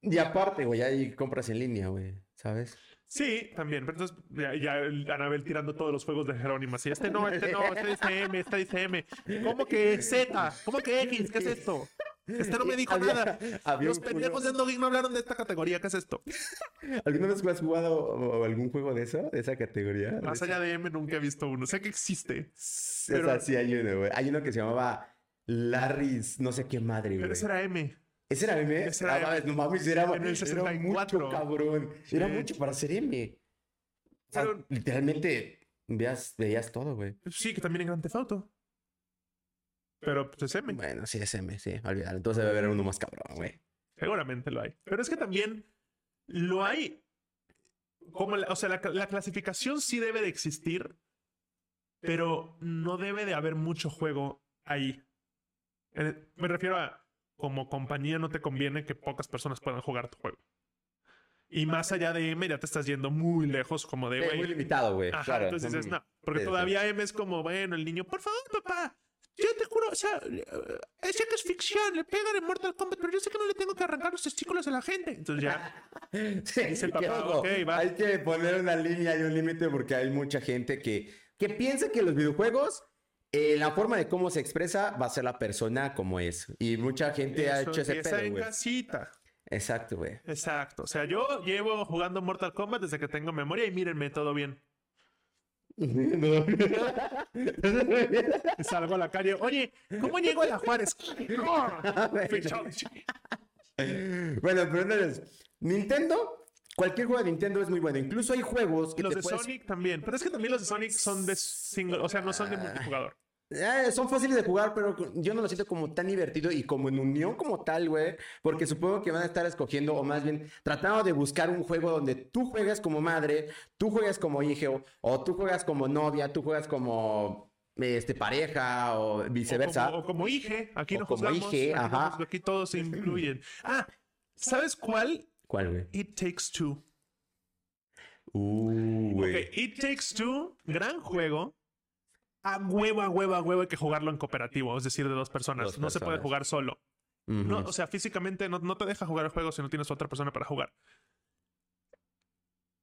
[SPEAKER 1] Y aparte, güey, hay compras en línea, güey, ¿sabes?
[SPEAKER 2] Sí, también. Pero entonces ya, ya el Anabel tirando todos los juegos de Jerónimo. Así, este no, este no, este dice M, este dice M. ¿Cómo que Z? ¿Cómo que X? ¿Qué es esto? Este no me dijo
[SPEAKER 1] Había-
[SPEAKER 2] nada.
[SPEAKER 1] había
[SPEAKER 2] Los
[SPEAKER 1] un juego-
[SPEAKER 2] pendejos de Endogame no hablaron de esta categoría. ¿Qué es esto?
[SPEAKER 1] ¿Alguna vez has jugado o- o algún juego de eso, de esa categoría? De
[SPEAKER 2] Más allá de M, nunca he visto uno. Sé que existe.
[SPEAKER 1] O sea,
[SPEAKER 2] Pero-
[SPEAKER 1] sí hay uno, güey. Hay uno que se llamaba Larry's, no sé qué madre, güey.
[SPEAKER 2] Pero ese era M.
[SPEAKER 1] ¿Ese era M?
[SPEAKER 2] ese era
[SPEAKER 1] Ah,
[SPEAKER 2] M.
[SPEAKER 1] mames, no mames, era,
[SPEAKER 2] En el
[SPEAKER 1] era
[SPEAKER 2] 64.
[SPEAKER 1] mucho, cabrón. Era
[SPEAKER 2] Sí.
[SPEAKER 1] mucho para ser M. O sea,
[SPEAKER 2] Pero-
[SPEAKER 1] literalmente Veas, veías todo, güey.
[SPEAKER 2] Sí, que también en Grand Theft Auto. Pero pues es M.
[SPEAKER 1] Bueno, sí, es M, sí, olvidar. Entonces debe haber uno más cabrón, güey.
[SPEAKER 2] Seguramente lo hay. Pero es que también lo hay. Como la- o sea, la, la clasificación sí debe de existir, pero no debe de haber mucho juego ahí. En- Me refiero a como compañía no te conviene que pocas personas puedan jugar tu juego. Y más allá de M, ya te estás yendo muy lejos, como de,
[SPEAKER 1] Sí,
[SPEAKER 2] güey,
[SPEAKER 1] muy limitado, güey.
[SPEAKER 2] Ajá,
[SPEAKER 1] claro.
[SPEAKER 2] entonces dices,
[SPEAKER 1] Mm.
[SPEAKER 2] no, porque
[SPEAKER 1] Sí, sí.
[SPEAKER 2] todavía M es como, bueno, el niño, por favor, papá, yo te juro, o sea, eh, sé que es ficción, le pegan en Mortal Kombat, pero yo sé que no le tengo que arrancar los testículos a la gente. Entonces ya,
[SPEAKER 1] Sí,
[SPEAKER 2] Dice el
[SPEAKER 1] qué
[SPEAKER 2] papá,
[SPEAKER 1] ojo,
[SPEAKER 2] "Ok, va".
[SPEAKER 1] Hay que poner una línea y un límite porque hay mucha gente que, que piensa que los videojuegos, eh, la forma de cómo se expresa va a ser la persona como es. Y mucha gente ha
[SPEAKER 2] eso
[SPEAKER 1] hecho ese
[SPEAKER 2] empieza
[SPEAKER 1] pedo,
[SPEAKER 2] en
[SPEAKER 1] güey.
[SPEAKER 2] casita.
[SPEAKER 1] Exacto, güey.
[SPEAKER 2] Exacto. O sea, yo llevo jugando Mortal Kombat desde que tengo memoria y mírenme, todo bien. Y Salgo a la calle, oye, ¿cómo llego a la Juárez?
[SPEAKER 1] Ah,
[SPEAKER 2] Fichón.
[SPEAKER 1] bueno, pero entonces, Nintendo, cualquier juego de Nintendo es muy bueno. Incluso hay juegos que
[SPEAKER 2] los
[SPEAKER 1] te
[SPEAKER 2] de
[SPEAKER 1] puedes-
[SPEAKER 2] Sonic también, pero es que también los de Sonic son de single, o sea, no son de multijugador.
[SPEAKER 1] Eh, son fáciles de jugar, pero yo no lo siento como tan divertido y como en unión como tal, güey. Porque supongo que van a estar escogiendo, o más bien tratando de buscar un juego donde tú juegas como madre, tú juegas como hijo, o tú juegas como novia, tú juegas como este, pareja, o viceversa.
[SPEAKER 2] O como, o como IGE, aquí
[SPEAKER 1] O
[SPEAKER 2] no
[SPEAKER 1] como
[SPEAKER 2] juzgamos.
[SPEAKER 1] IGE,
[SPEAKER 2] aquí, no
[SPEAKER 1] ajá.
[SPEAKER 2] juzgo, aquí todos se incluyen. Ah, ¿sabes cuál?
[SPEAKER 1] ¿Cuál, güey?
[SPEAKER 2] It Takes Two.
[SPEAKER 1] Uh, güey.
[SPEAKER 2] Ok, It Takes Two, gran juego. A huevo, a huevo, a huevo hay que jugarlo en cooperativo, es decir, de dos personas.
[SPEAKER 1] Dos
[SPEAKER 2] no se puede
[SPEAKER 1] personas.
[SPEAKER 2] jugar solo.
[SPEAKER 1] Ujú.
[SPEAKER 2] No, o sea, físicamente no, no te deja jugar el juego si no tienes otra persona para jugar.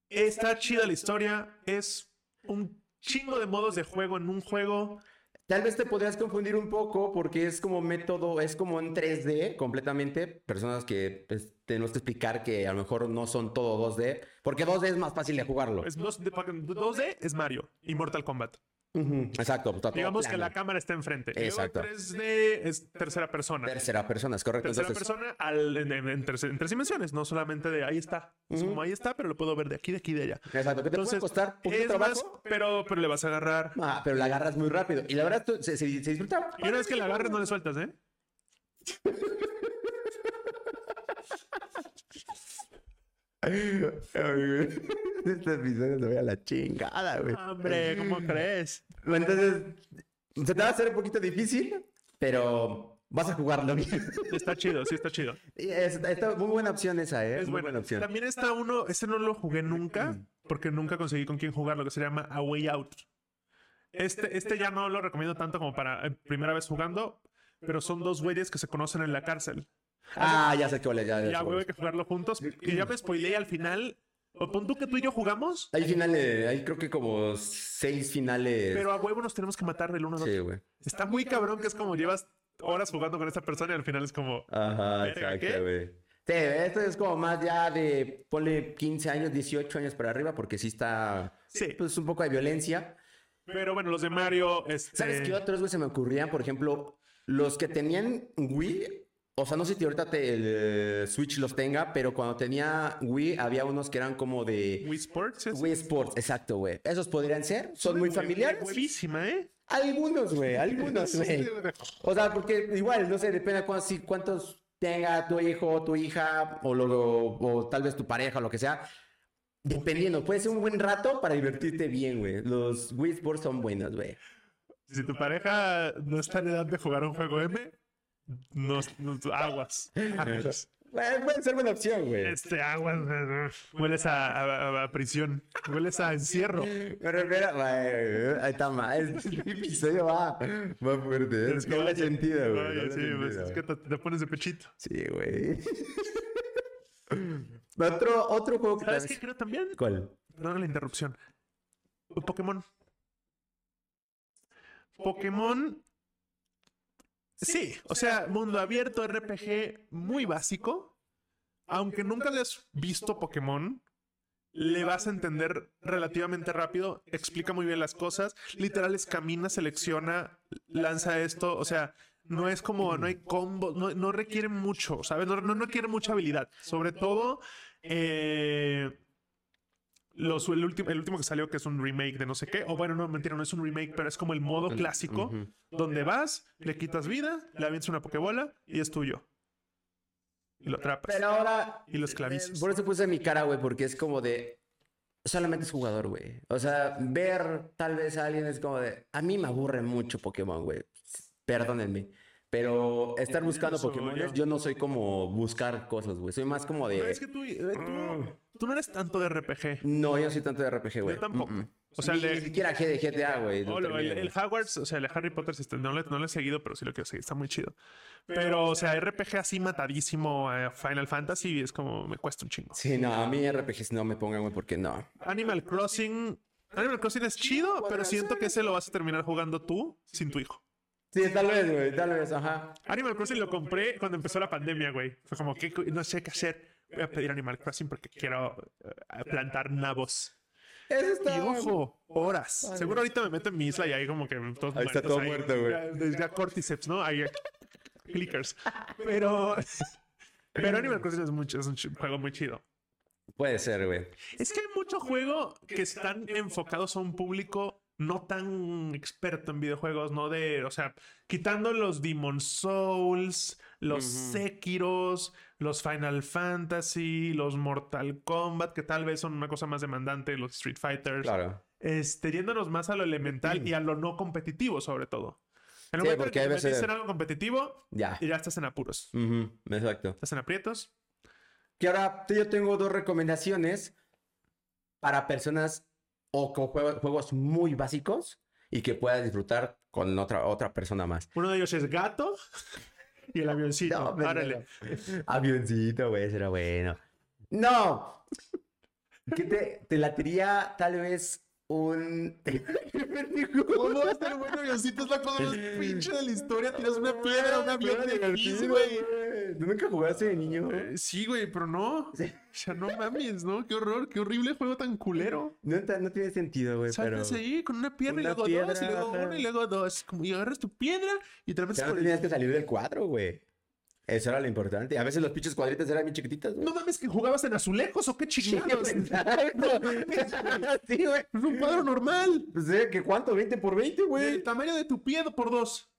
[SPEAKER 2] Está chida la historia. Es un chingo de modos de juego en un juego.
[SPEAKER 1] Tal vez te podrías confundir un poco porque es como método, es como en 3D completamente. Personas que pues, tenemos que explicar que a lo mejor no son todo 2D, porque 2D es más fácil de jugarlo.
[SPEAKER 2] Es dos- de- 2D es Mario y Mortal Kombat.
[SPEAKER 1] Ujú, Exacto. está todo
[SPEAKER 2] Digamos que
[SPEAKER 1] plano.
[SPEAKER 2] la cámara está enfrente.
[SPEAKER 1] Exacto.
[SPEAKER 2] Luego 3D es tercera persona.
[SPEAKER 1] tercera persona, es correcto.
[SPEAKER 2] tercera
[SPEAKER 1] Entonces,
[SPEAKER 2] persona al- en, en- en tres, en tres dimensiones, no solamente de ahí está. Es
[SPEAKER 1] Ujú.
[SPEAKER 2] como ahí está, pero lo puedo ver de aquí, de aquí, de allá.
[SPEAKER 1] exacto, que te
[SPEAKER 2] Entonces,
[SPEAKER 1] puede costar poquito
[SPEAKER 2] es más,
[SPEAKER 1] trabajo,
[SPEAKER 2] pero, pero le vas a agarrar.
[SPEAKER 1] ah, pero la agarras muy rápido. Y la verdad, tú- se, se- se disfruta.
[SPEAKER 2] Y una vez que la agarres, no le sueltas, ¿eh?
[SPEAKER 1] Estas visiones se voy a la chingada, güey.
[SPEAKER 2] Ah, Hombre, ¿cómo crees?
[SPEAKER 1] Entonces, se te va a hacer un poquito difícil, pero vas a jugarlo bien.
[SPEAKER 2] Está chido, sí, está chido.
[SPEAKER 1] Y es- está muy buena opción esa, ¿eh?
[SPEAKER 2] Es
[SPEAKER 1] muy
[SPEAKER 2] buena.
[SPEAKER 1] buena, opción.
[SPEAKER 2] También está uno, ese no lo jugué nunca, porque nunca conseguí con quién jugar, lo que se llama A Way Out. Este, este ya no lo recomiendo tanto como para eh, primera vez jugando, pero son dos güeyes que se conocen en la cárcel.
[SPEAKER 1] Ah, ya sé que vale, ya, ya sé
[SPEAKER 2] Ya,
[SPEAKER 1] cuál
[SPEAKER 2] güey, hay
[SPEAKER 1] es.
[SPEAKER 2] que jugarlo juntos. Y ya me spoileé al final. O pon tú que tú y yo jugamos,
[SPEAKER 1] Hay finales, hay creo que como seis finales.
[SPEAKER 2] pero a huevo nos tenemos que matar del uno al otro.
[SPEAKER 1] Sí, güey.
[SPEAKER 2] Está muy cabrón que es como llevas horas jugando con esta persona y al final es como,
[SPEAKER 1] Ajá,
[SPEAKER 2] Verga, ¿qué?
[SPEAKER 1] exacto, güey. Sí, esto es como más ya de ponle 15 años, 18 años para arriba, porque sí está
[SPEAKER 2] sí.
[SPEAKER 1] pues un poco de violencia.
[SPEAKER 2] Pero bueno, los de Mario, este...
[SPEAKER 1] ¿Sabes qué otros, güey, se me ocurrían? Por ejemplo, los que tenían Wii, o sea, no sé si ahorita te- el eh, Switch los tenga, pero cuando tenía Wii había unos que eran como de
[SPEAKER 2] Wii Sports es...
[SPEAKER 1] Wii Sports, exacto, güey. Esos podrían ser, son muy familiares.
[SPEAKER 2] Huevísima, ¿eh?
[SPEAKER 1] Algunos, güey, algunos, güey. O sea, porque igual, no sé, depende de cuántos, si- cuántos tenga tu hijo o tu hija, o, lo, o- o tal vez tu pareja, o lo que sea. Dependiendo, puede ser un buen rato para divertirte bien, güey. Los Wii Sports son buenos, güey.
[SPEAKER 2] Si tu pareja no está en edad de jugar un juego M, no, no- aguas. Aguas.
[SPEAKER 1] Bueno, puede ser buena opción, güey.
[SPEAKER 2] Este aguas. eh, Hueles a, a- a- a prisión. Hueles a encierro.
[SPEAKER 1] Pero, espera, güey, ahí está mal. Este episodio va, va fuerte. ¿eh?
[SPEAKER 2] que
[SPEAKER 1] Doble
[SPEAKER 2] vaya-
[SPEAKER 1] sentido, güey.
[SPEAKER 2] Oye,
[SPEAKER 1] doble
[SPEAKER 2] sí, pues,
[SPEAKER 1] sentido,
[SPEAKER 2] es que te, te pones de pechito.
[SPEAKER 1] Sí, güey. otro, otro juego que
[SPEAKER 2] ¿Sabes
[SPEAKER 1] tal
[SPEAKER 2] qué
[SPEAKER 1] vez-
[SPEAKER 2] creo también?
[SPEAKER 1] ¿Cuál?
[SPEAKER 2] Perdón la interrupción. Pokémon. Pokémon. Sí, o sea, mundo abierto, RPG muy básico. Aunque nunca le has visto Pokémon, le vas a entender relativamente rápido. Explica muy bien las cosas. Literal es camina, selecciona, lanza esto. O sea, no es como, no hay combos, no, no requiere mucho, ¿sabes? No, no requiere mucha habilidad. Sobre todo, eh, Los, el, último, el último que salió, que es un remake de no sé qué, o bueno, no, mentira, no es un remake, pero es como el modo
[SPEAKER 1] El-
[SPEAKER 2] clásico,
[SPEAKER 1] ujú.
[SPEAKER 2] donde vas, le quitas vida, le avientas una pokebola y es tuyo. Y lo atrapas.
[SPEAKER 1] Pero ahora.
[SPEAKER 2] Y los clavizos.
[SPEAKER 1] eh, Por eso puse mi cara, güey, porque es como de. Solamente es jugador, güey. O sea, ver tal vez a alguien es como de. A mí me aburre mucho Pokémon, güey. Perdónenme. Pero estar buscando
[SPEAKER 2] Eso,
[SPEAKER 1] Pokémon,
[SPEAKER 2] ya.
[SPEAKER 1] yo no soy como buscar cosas, güey. Soy más como
[SPEAKER 2] Pero
[SPEAKER 1] de.
[SPEAKER 2] es que tú, tú, tú no eres tanto de RPG.
[SPEAKER 1] No, yo no soy tanto de RPG, güey.
[SPEAKER 2] Yo tampoco.
[SPEAKER 1] Mm, mm.
[SPEAKER 2] O sea,
[SPEAKER 1] Ni
[SPEAKER 2] el de-
[SPEAKER 1] siquiera G de GTA, güey. lo
[SPEAKER 2] Oh, lo- el,
[SPEAKER 1] terminé,
[SPEAKER 2] el
[SPEAKER 1] güey.
[SPEAKER 2] Hogwarts, o sea, el Harry Potter, sí está- no, le, no lo he seguido, pero sí lo quiero seguir, está muy chido. Pero, o sea, RPG así matadísimo a Final Fantasy es como, me cuesta un chingo.
[SPEAKER 1] Sí, no, a mí RPGs no me pongan, güey, porque no.
[SPEAKER 2] Animal Crossing, Animal Crossing es chido, pero siento que ese lo vas a terminar jugando tú sin tu hijo.
[SPEAKER 1] Sí, tal vez, güey, tal vez, ajá.
[SPEAKER 2] Animal Crossing lo compré cuando empezó la pandemia, güey. Fue como que no sé qué hacer. Voy a pedir Animal Crossing porque quiero eh, plantar nabos.
[SPEAKER 1] Eso está.
[SPEAKER 2] Y ojo, horas. Seguro ahorita me meto en mi isla y ahí como que todos
[SPEAKER 1] Ahí está
[SPEAKER 2] muertos
[SPEAKER 1] todo muerto, güey.
[SPEAKER 2] Ya- Ya, corticeps, ¿no? Ahí clickers. Pero pero Animal Crossing es, mucho, es un ch- juego muy chido.
[SPEAKER 1] Puede ser, güey.
[SPEAKER 2] Es que hay mucho juego que están enfocados a un público no tan experto en videojuegos, no de, o sea, quitando los Demon Souls, los
[SPEAKER 1] Ujú.
[SPEAKER 2] Sekiros, los Final Fantasy, los Mortal Kombat, que tal vez son una cosa más demandante, los Street Fighters
[SPEAKER 1] Claro.
[SPEAKER 2] este, yéndonos más a lo elemental y a lo no competitivo, sobre todo. En el
[SPEAKER 1] Sí,
[SPEAKER 2] momento en
[SPEAKER 1] porque
[SPEAKER 2] que
[SPEAKER 1] hay
[SPEAKER 2] te
[SPEAKER 1] veces-
[SPEAKER 2] metiste en algo competitivo,
[SPEAKER 1] Ya.
[SPEAKER 2] y ya estás en apuros.
[SPEAKER 1] Ujú, exacto.
[SPEAKER 2] Estás en aprietos.
[SPEAKER 1] Que ahora yo tengo dos recomendaciones para personas o con jue- juegos muy básicos y que puedas disfrutar con otra, otra persona más.
[SPEAKER 2] Uno de ellos es gato y el avioncito.
[SPEAKER 1] No, pendejo.
[SPEAKER 2] Árale.
[SPEAKER 1] Avioncito, güey, será bueno. No. ¿Qué te, te latería tal vez un...
[SPEAKER 2] ¿Cómo va a estar bueno avioncito? Es la cosa más pinche de la historia. Tiras una piedra, un avión
[SPEAKER 1] Claro,
[SPEAKER 2] de Kiss,
[SPEAKER 1] divertido,
[SPEAKER 2] güey.
[SPEAKER 1] güey. ¿Tú nunca jugaste de niño?
[SPEAKER 2] Eh, Sí, güey, pero no. O
[SPEAKER 1] Sí.
[SPEAKER 2] sea, no mames, ¿no? Qué horror, qué horrible juego tan culero.
[SPEAKER 1] No, ta- no tiene sentido, güey, pero...
[SPEAKER 2] Saltas ahí con una piedra y
[SPEAKER 1] Una
[SPEAKER 2] luego dos, y
[SPEAKER 1] piedra,
[SPEAKER 2] luego
[SPEAKER 1] ajá.
[SPEAKER 2] uno y luego dos. Como, y agarras tu piedra y te la
[SPEAKER 1] O
[SPEAKER 2] metes
[SPEAKER 1] sea, no
[SPEAKER 2] por el
[SPEAKER 1] tenías que salir del cuadro, güey. Eso era lo importante. A veces los pinches cuadritos eran bien chiquititos, güey.
[SPEAKER 2] No mames, que jugabas en azulejos o qué chingados. Es
[SPEAKER 1] Exacto. sí, güey.
[SPEAKER 2] un cuadro normal.
[SPEAKER 1] Pues, eh, ¿qué cuánto? ¿20 por 20,
[SPEAKER 2] Güey,
[SPEAKER 1] güey?
[SPEAKER 2] el tamaño de tu pie por dos.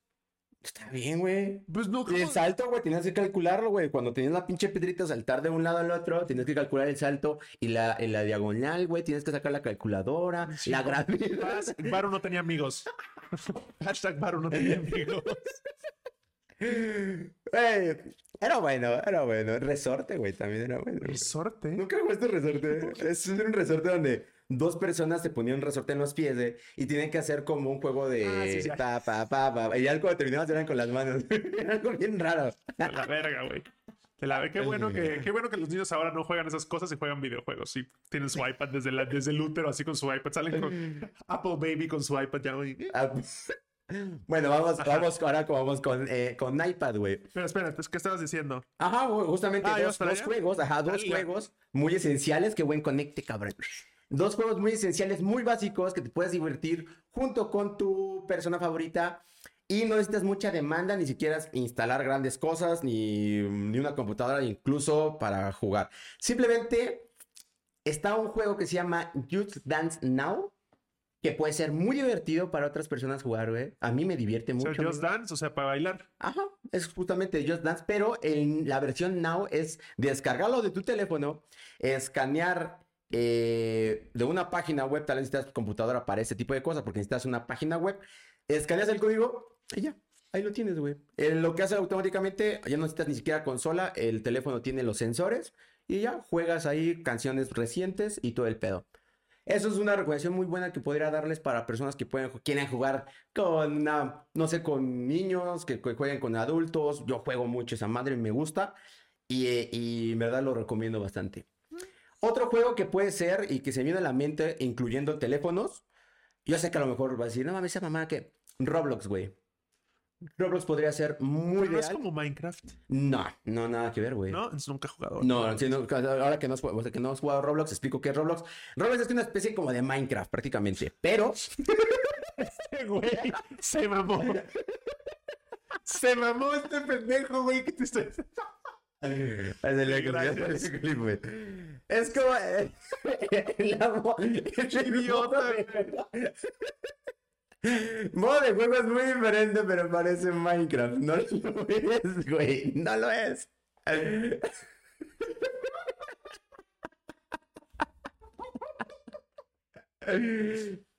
[SPEAKER 1] Está bien, güey.
[SPEAKER 2] Pues no,
[SPEAKER 1] Y
[SPEAKER 2] ¿cómo?
[SPEAKER 1] el salto, güey, tenías que calcularlo, güey. Cuando tenías la pinche piedrita, saltar de un lado al otro, tenías que calcular el salto y la, y la diagonal, güey. Tienes que sacar la calculadora,
[SPEAKER 2] Sí.
[SPEAKER 1] la gravedad.
[SPEAKER 2] Hashtag Varo no tenía amigos. Hashtag Varo no tenía amigos.
[SPEAKER 1] Güey, era bueno, era bueno. Resorte, güey, también era bueno. güey.
[SPEAKER 2] Resorte.
[SPEAKER 1] Nunca jugaste resorte. Es un resorte donde dos personas se ponían un resorte en los pies güey, y tienen que hacer como un juego de
[SPEAKER 2] Ah, sí, sí.
[SPEAKER 1] pa, pa, pa, pa. Y ya cuando terminabas eran con las manos. Era algo bien raro.
[SPEAKER 2] A la verga, güey. Te la ve. Qué bueno que, qué bueno que los niños ahora no juegan esas cosas y juegan videojuegos. Y tienen su iPad desde, la, desde el útero, así con su iPad. Salen con Apple Baby con su iPad ya, güey.
[SPEAKER 1] Ah, Bueno, vamos, vamos ahora como vamos con, eh, con iPad, güey.
[SPEAKER 2] Pero espera, ¿qué estabas diciendo?
[SPEAKER 1] Ajá, güey, justamente
[SPEAKER 2] Ah, ¿ya vas
[SPEAKER 1] dos,
[SPEAKER 2] para
[SPEAKER 1] dos
[SPEAKER 2] allá?
[SPEAKER 1] juegos, ajá, dos
[SPEAKER 2] Dale, ya.
[SPEAKER 1] juegos muy esenciales. Qué buen conecte, cabrón. Dos juegos muy esenciales, muy básicos que te puedes divertir junto con tu persona favorita. Y no necesitas mucha demanda, ni siquiera instalar grandes cosas, ni, mm, ni una computadora incluso para jugar. Simplemente está un juego que se llama Youth Dance Now, que puede ser muy divertido para otras personas jugar, güey. A mí me divierte
[SPEAKER 2] O
[SPEAKER 1] mucho.
[SPEAKER 2] sea,
[SPEAKER 1] me
[SPEAKER 2] Just Dance, o sea, para bailar.
[SPEAKER 1] Ajá, es justamente Just Dance, pero en la versión Now es descargarlo de tu teléfono, escanear eh, de una página web, tal vez necesitas computadora para ese tipo de cosas, porque necesitas una página web, escaneas el código y ya, ahí lo tienes, güey. Eh, lo que hace automáticamente, ya no necesitas ni siquiera consola, el teléfono tiene los sensores y ya juegas ahí canciones recientes y todo el pedo. Eso es una recomendación muy buena que podría darles para personas que pueden, quieren jugar con, una- no sé, con niños, que, que jueguen con adultos. Yo juego mucho esa madre, me gusta. Y, eh, y en verdad lo recomiendo bastante. Otro juego que puede ser y que se me viene a la mente, incluyendo teléfonos. Yo sé que a lo mejor va a decir, no mames, esa mamá que... Roblox, güey. Roblox podría ser muy
[SPEAKER 2] Pero no es
[SPEAKER 1] ideal.
[SPEAKER 2] como Minecraft,
[SPEAKER 1] No, no, nada que ver, güey.
[SPEAKER 2] ¿no? Es nunca he jugado.
[SPEAKER 1] No, sí, no, ahora que no, has, jugado- o sea, que no has jugado Roblox, explico qué es Roblox. Roblox es una especie como de Minecraft prácticamente, pero
[SPEAKER 2] Este güey se mamó. Se mamó este pendejo, güey, que te estoy...
[SPEAKER 1] Ándale, ándale,
[SPEAKER 2] Gracias.
[SPEAKER 1] ándale, güey. Es como. eh, el amo- el
[SPEAKER 2] Idiota,
[SPEAKER 1] modo de- Modo de juego es muy diferente, pero parece Minecraft. No lo es, güey. No lo es.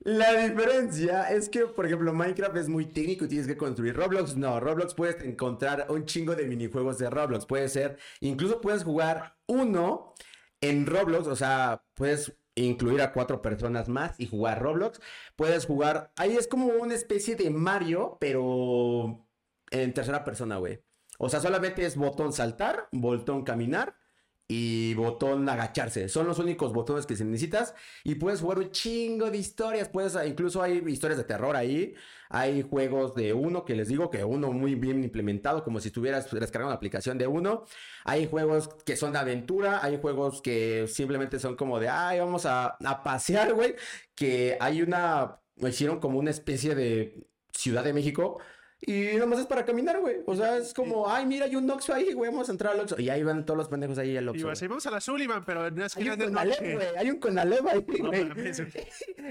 [SPEAKER 1] La diferencia es que, por ejemplo, Minecraft es muy técnico y tienes que construir. Roblox no. Roblox puedes encontrar un chingo de minijuegos de Roblox. Puede ser, incluso puedes jugar uno en Roblox. O sea, puedes incluir a cuatro personas más y jugar Roblox. Puedes jugar. Ahí es como una especie de Mario, pero en tercera persona, güey. O sea, solamente es botón saltar, botón caminar y botón agacharse. Son los únicos botones que se necesitas. Y puedes jugar un chingo de historias. Puedes, ah, incluso hay historias de terror ahí. Hay juegos de uno que les digo que uno muy bien implementado, como si estuvieras descargando la aplicación de uno. Hay juegos que son de aventura. Hay juegos que simplemente son como de, ay, vamos a, a pasear, güey. Que hay una, hicieron como una especie de Ciudad de México. Y nada más es para caminar, güey. O sea, es como, ay, mira, hay un Oxxo ahí, güey, vamos a entrar al Oxxo. Y ahí van todos los pendejos ahí al
[SPEAKER 2] Y
[SPEAKER 1] Oxxo.
[SPEAKER 2] vas a
[SPEAKER 1] güey.
[SPEAKER 2] vamos a la Sullivan, pero no es que
[SPEAKER 1] Hay un
[SPEAKER 2] de
[SPEAKER 1] Conalep,
[SPEAKER 2] noche.
[SPEAKER 1] güey. Hay un Conalep ahí,
[SPEAKER 2] No
[SPEAKER 1] güey.
[SPEAKER 2] mames, güey.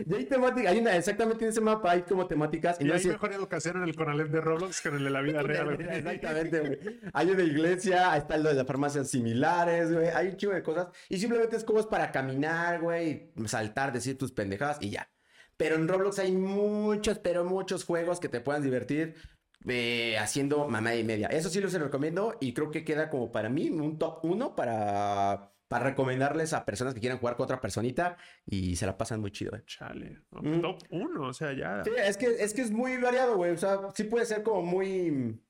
[SPEAKER 1] Y hay temática, hay una, exactamente en ese mapa hay como temáticas. Y,
[SPEAKER 2] Y
[SPEAKER 1] no
[SPEAKER 2] hay
[SPEAKER 1] sé-
[SPEAKER 2] mejor educación en el Conalep de Roblox que en el de la vida real. güey.
[SPEAKER 1] Exactamente, güey. Hay una iglesia, ahí está lo de las farmacias similares, güey. Hay un chivo de cosas. Y simplemente es como es para caminar, güey, saltar, decir tus pendejadas y ya. Pero en Roblox hay muchos, pero muchos juegos que te puedan divertir eh, haciendo mamá y media. Eso sí los recomiendo y creo que queda como para mí un top uno para, para recomendarles a personas que quieran jugar con otra personita y se la pasan muy chido, eh.
[SPEAKER 2] Chale. no,
[SPEAKER 1] Mm.
[SPEAKER 2] Top 1, o sea, ya.
[SPEAKER 1] Sí, es que, es que es muy variado, güey. O sea, sí puede ser como muy,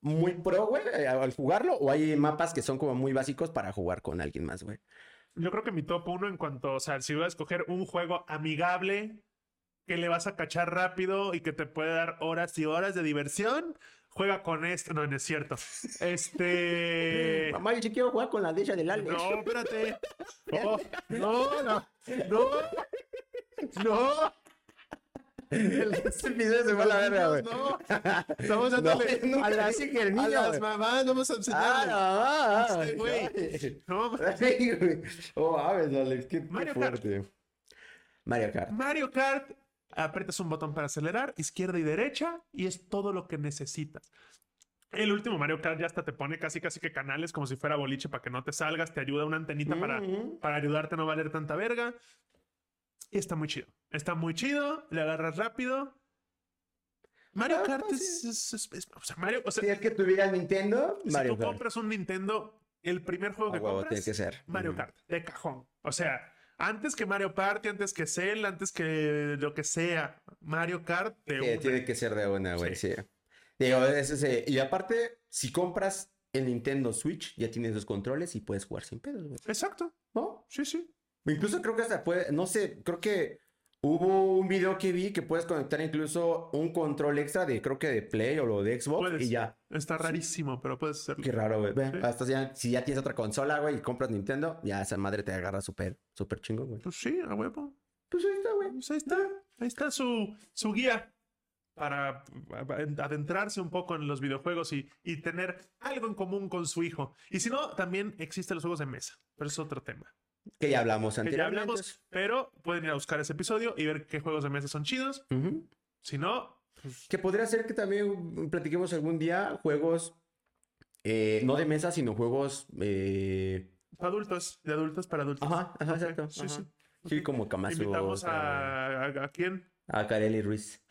[SPEAKER 1] muy pro, güey, eh, al jugarlo. O hay mapas que son como muy básicos para jugar con alguien más, güey.
[SPEAKER 2] Yo creo que mi top 1 en cuanto, o sea, si voy a escoger un juego amigable que le vas a cachar rápido y que te puede dar horas y horas de diversión, juega con esto. No, no es cierto. Este.
[SPEAKER 1] Mamá, yo sí quiero jugar con la dicha del Alex.
[SPEAKER 2] No, espérate. Oh, no, no, no. No.
[SPEAKER 1] Este video se fue a la verga, güey.
[SPEAKER 2] No. Estamos dándole
[SPEAKER 1] No, nunca
[SPEAKER 2] a las,
[SPEAKER 1] dije que el
[SPEAKER 2] a
[SPEAKER 1] niño,
[SPEAKER 2] las
[SPEAKER 1] güey.
[SPEAKER 2] mamás, vamos a enseñarle.
[SPEAKER 1] Ah, no, ah,
[SPEAKER 2] Este güey. No, ma-
[SPEAKER 1] Sí, güey. Oh, aves, Alex, qué, qué
[SPEAKER 2] Mario Kart.
[SPEAKER 1] fuerte. Mario Kart.
[SPEAKER 2] Mario Kart, aprietas un botón para acelerar, izquierda y derecha, y es todo lo que necesitas. El último Mario Kart ya hasta te pone casi casi que canales como si fuera boliche para que no te salgas, te ayuda una antenita para,
[SPEAKER 1] Ujú.
[SPEAKER 2] para ayudarte a no valer tanta verga. Y está muy chido. Está muy chido, le agarras rápido. Mario
[SPEAKER 1] Ah,
[SPEAKER 2] Kart
[SPEAKER 1] sí.
[SPEAKER 2] es, es- es- es- o sea, Mario, o sea,
[SPEAKER 1] Si es que tuviera Nintendo,
[SPEAKER 2] si
[SPEAKER 1] Mario
[SPEAKER 2] tú
[SPEAKER 1] Kart.
[SPEAKER 2] compras un Nintendo, el primer juego
[SPEAKER 1] A
[SPEAKER 2] que
[SPEAKER 1] huevo, tiene
[SPEAKER 2] compras
[SPEAKER 1] que ser.
[SPEAKER 2] Mario
[SPEAKER 1] Ujú.
[SPEAKER 2] Kart, de cajón. O sea, antes que Mario Party, antes que Cell, antes que lo que sea, Mario Kart de
[SPEAKER 1] Sí,
[SPEAKER 2] una.
[SPEAKER 1] tiene que ser de una, güey,
[SPEAKER 2] Sí.
[SPEAKER 1] sí. Digo, ese es, eh, Y aparte, si compras el Nintendo Switch, ya tienes los controles y puedes jugar sin pedos, güey.
[SPEAKER 2] Exacto,
[SPEAKER 1] ¿No?
[SPEAKER 2] sí, sí.
[SPEAKER 1] Incluso creo que hasta puede, no sé, creo que hubo un video que vi que puedes conectar incluso un control extra de, creo que de Play o lo de Xbox
[SPEAKER 2] Puedes.
[SPEAKER 1] y ya.
[SPEAKER 2] Está rarísimo, pero puedes hacerlo.
[SPEAKER 1] Qué raro, güey. Ve,
[SPEAKER 2] Sí.
[SPEAKER 1] Hasta ya, si ya tienes otra consola, güey, y compras Nintendo, ya esa madre te agarra súper, súper chingón, güey.
[SPEAKER 2] Pues sí, a huevo.
[SPEAKER 1] Pues ahí está, güey.
[SPEAKER 2] Pues ahí está, ahí está su, su guía para adentrarse un poco en los videojuegos y, y tener algo en común con su hijo. Y si no, también existen los juegos de mesa, pero es otro tema.
[SPEAKER 1] Que ya hablamos
[SPEAKER 2] Que ya
[SPEAKER 1] anteriormente.
[SPEAKER 2] hablamos, pero pueden ir a buscar ese episodio y ver qué juegos de mesa son chidos.
[SPEAKER 1] Ujú.
[SPEAKER 2] Si no, pues,
[SPEAKER 1] Que podría ser que también platiquemos algún día juegos, eh, no de mesa, sino juegos... eh,
[SPEAKER 2] para adultos, de adultos para adultos.
[SPEAKER 1] Ajá, ajá,
[SPEAKER 2] Ok,
[SPEAKER 1] exacto.
[SPEAKER 2] sí,
[SPEAKER 1] ajá.
[SPEAKER 2] sí.
[SPEAKER 1] Sí, como Kamazu.
[SPEAKER 2] Invitamos a, a, a quién?
[SPEAKER 1] A Kareli Ruiz.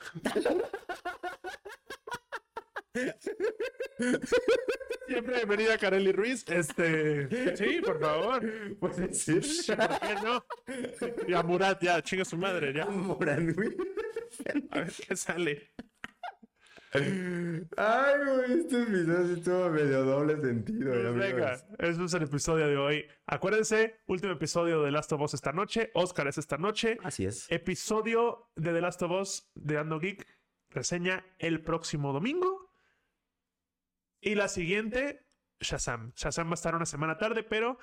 [SPEAKER 2] Siempre bienvenida Kareli Ruiz. Este, sí, por favor. Pues,
[SPEAKER 1] Puede ser.
[SPEAKER 2] ¿Por qué no? Y a Murat, ya, chinga su madre, ya.
[SPEAKER 1] Morán, güey.
[SPEAKER 2] A ver qué sale.
[SPEAKER 1] Ay, güey, este video sí tuvo medio doble sentido.
[SPEAKER 2] Pues
[SPEAKER 1] eh, amigos.
[SPEAKER 2] venga, ese es el episodio de hoy. Acuérdense, último episodio de Last of Us esta noche. Oscar es esta noche.
[SPEAKER 1] Así es.
[SPEAKER 2] Episodio de The Last of Us de Ando Geek. Reseña el próximo domingo. Y la siguiente, Shazam. Shazam va a estar una semana tarde, pero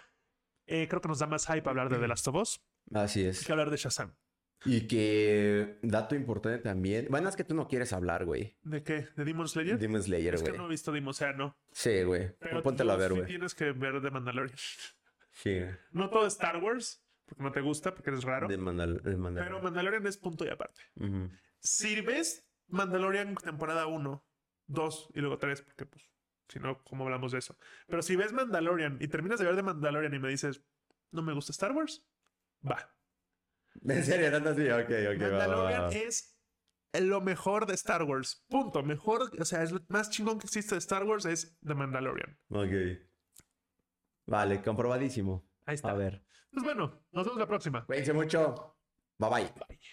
[SPEAKER 2] eh, creo que nos da más hype hablar de The Last of Us
[SPEAKER 1] Así es.
[SPEAKER 2] que hablar de Shazam.
[SPEAKER 1] Y que, dato importante también. Bueno, es que tú no quieres hablar, güey.
[SPEAKER 2] ¿De qué? ¿De Demon Slayer?
[SPEAKER 1] Demon Slayer,
[SPEAKER 2] es que
[SPEAKER 1] güey.
[SPEAKER 2] no he visto Demon Slayer, no.
[SPEAKER 1] Sí, güey.
[SPEAKER 2] Pero
[SPEAKER 1] Póntelo a
[SPEAKER 2] tú
[SPEAKER 1] ver,
[SPEAKER 2] sí
[SPEAKER 1] güey.
[SPEAKER 2] tienes que ver The Mandalorian.
[SPEAKER 1] Sí,
[SPEAKER 2] No todo es Star Wars, porque no te gusta, porque eres raro.
[SPEAKER 1] de Mandal- de Mandal-
[SPEAKER 2] Pero Mandalorian es punto y aparte.
[SPEAKER 1] Ujú.
[SPEAKER 2] Si ves Mandalorian temporada 1, 2 y luego 3, porque pues, si no, ¿cómo hablamos de eso? Pero si ves Mandalorian y terminas de ver de Mandalorian y me dices, no me gusta Star Wars, va.
[SPEAKER 1] En serio, tanto así. Ok, ok, va, va, va,
[SPEAKER 2] Mandalorian
[SPEAKER 1] va.
[SPEAKER 2] es lo mejor de Star Wars. Punto. Mejor, o sea, es lo más chingón que existe de Star Wars es The Mandalorian.
[SPEAKER 1] Ok. Vale, comprobadísimo.
[SPEAKER 2] Ahí está.
[SPEAKER 1] A ver.
[SPEAKER 2] Pues bueno, nos vemos la próxima.
[SPEAKER 1] Cuídense mucho. Bye bye.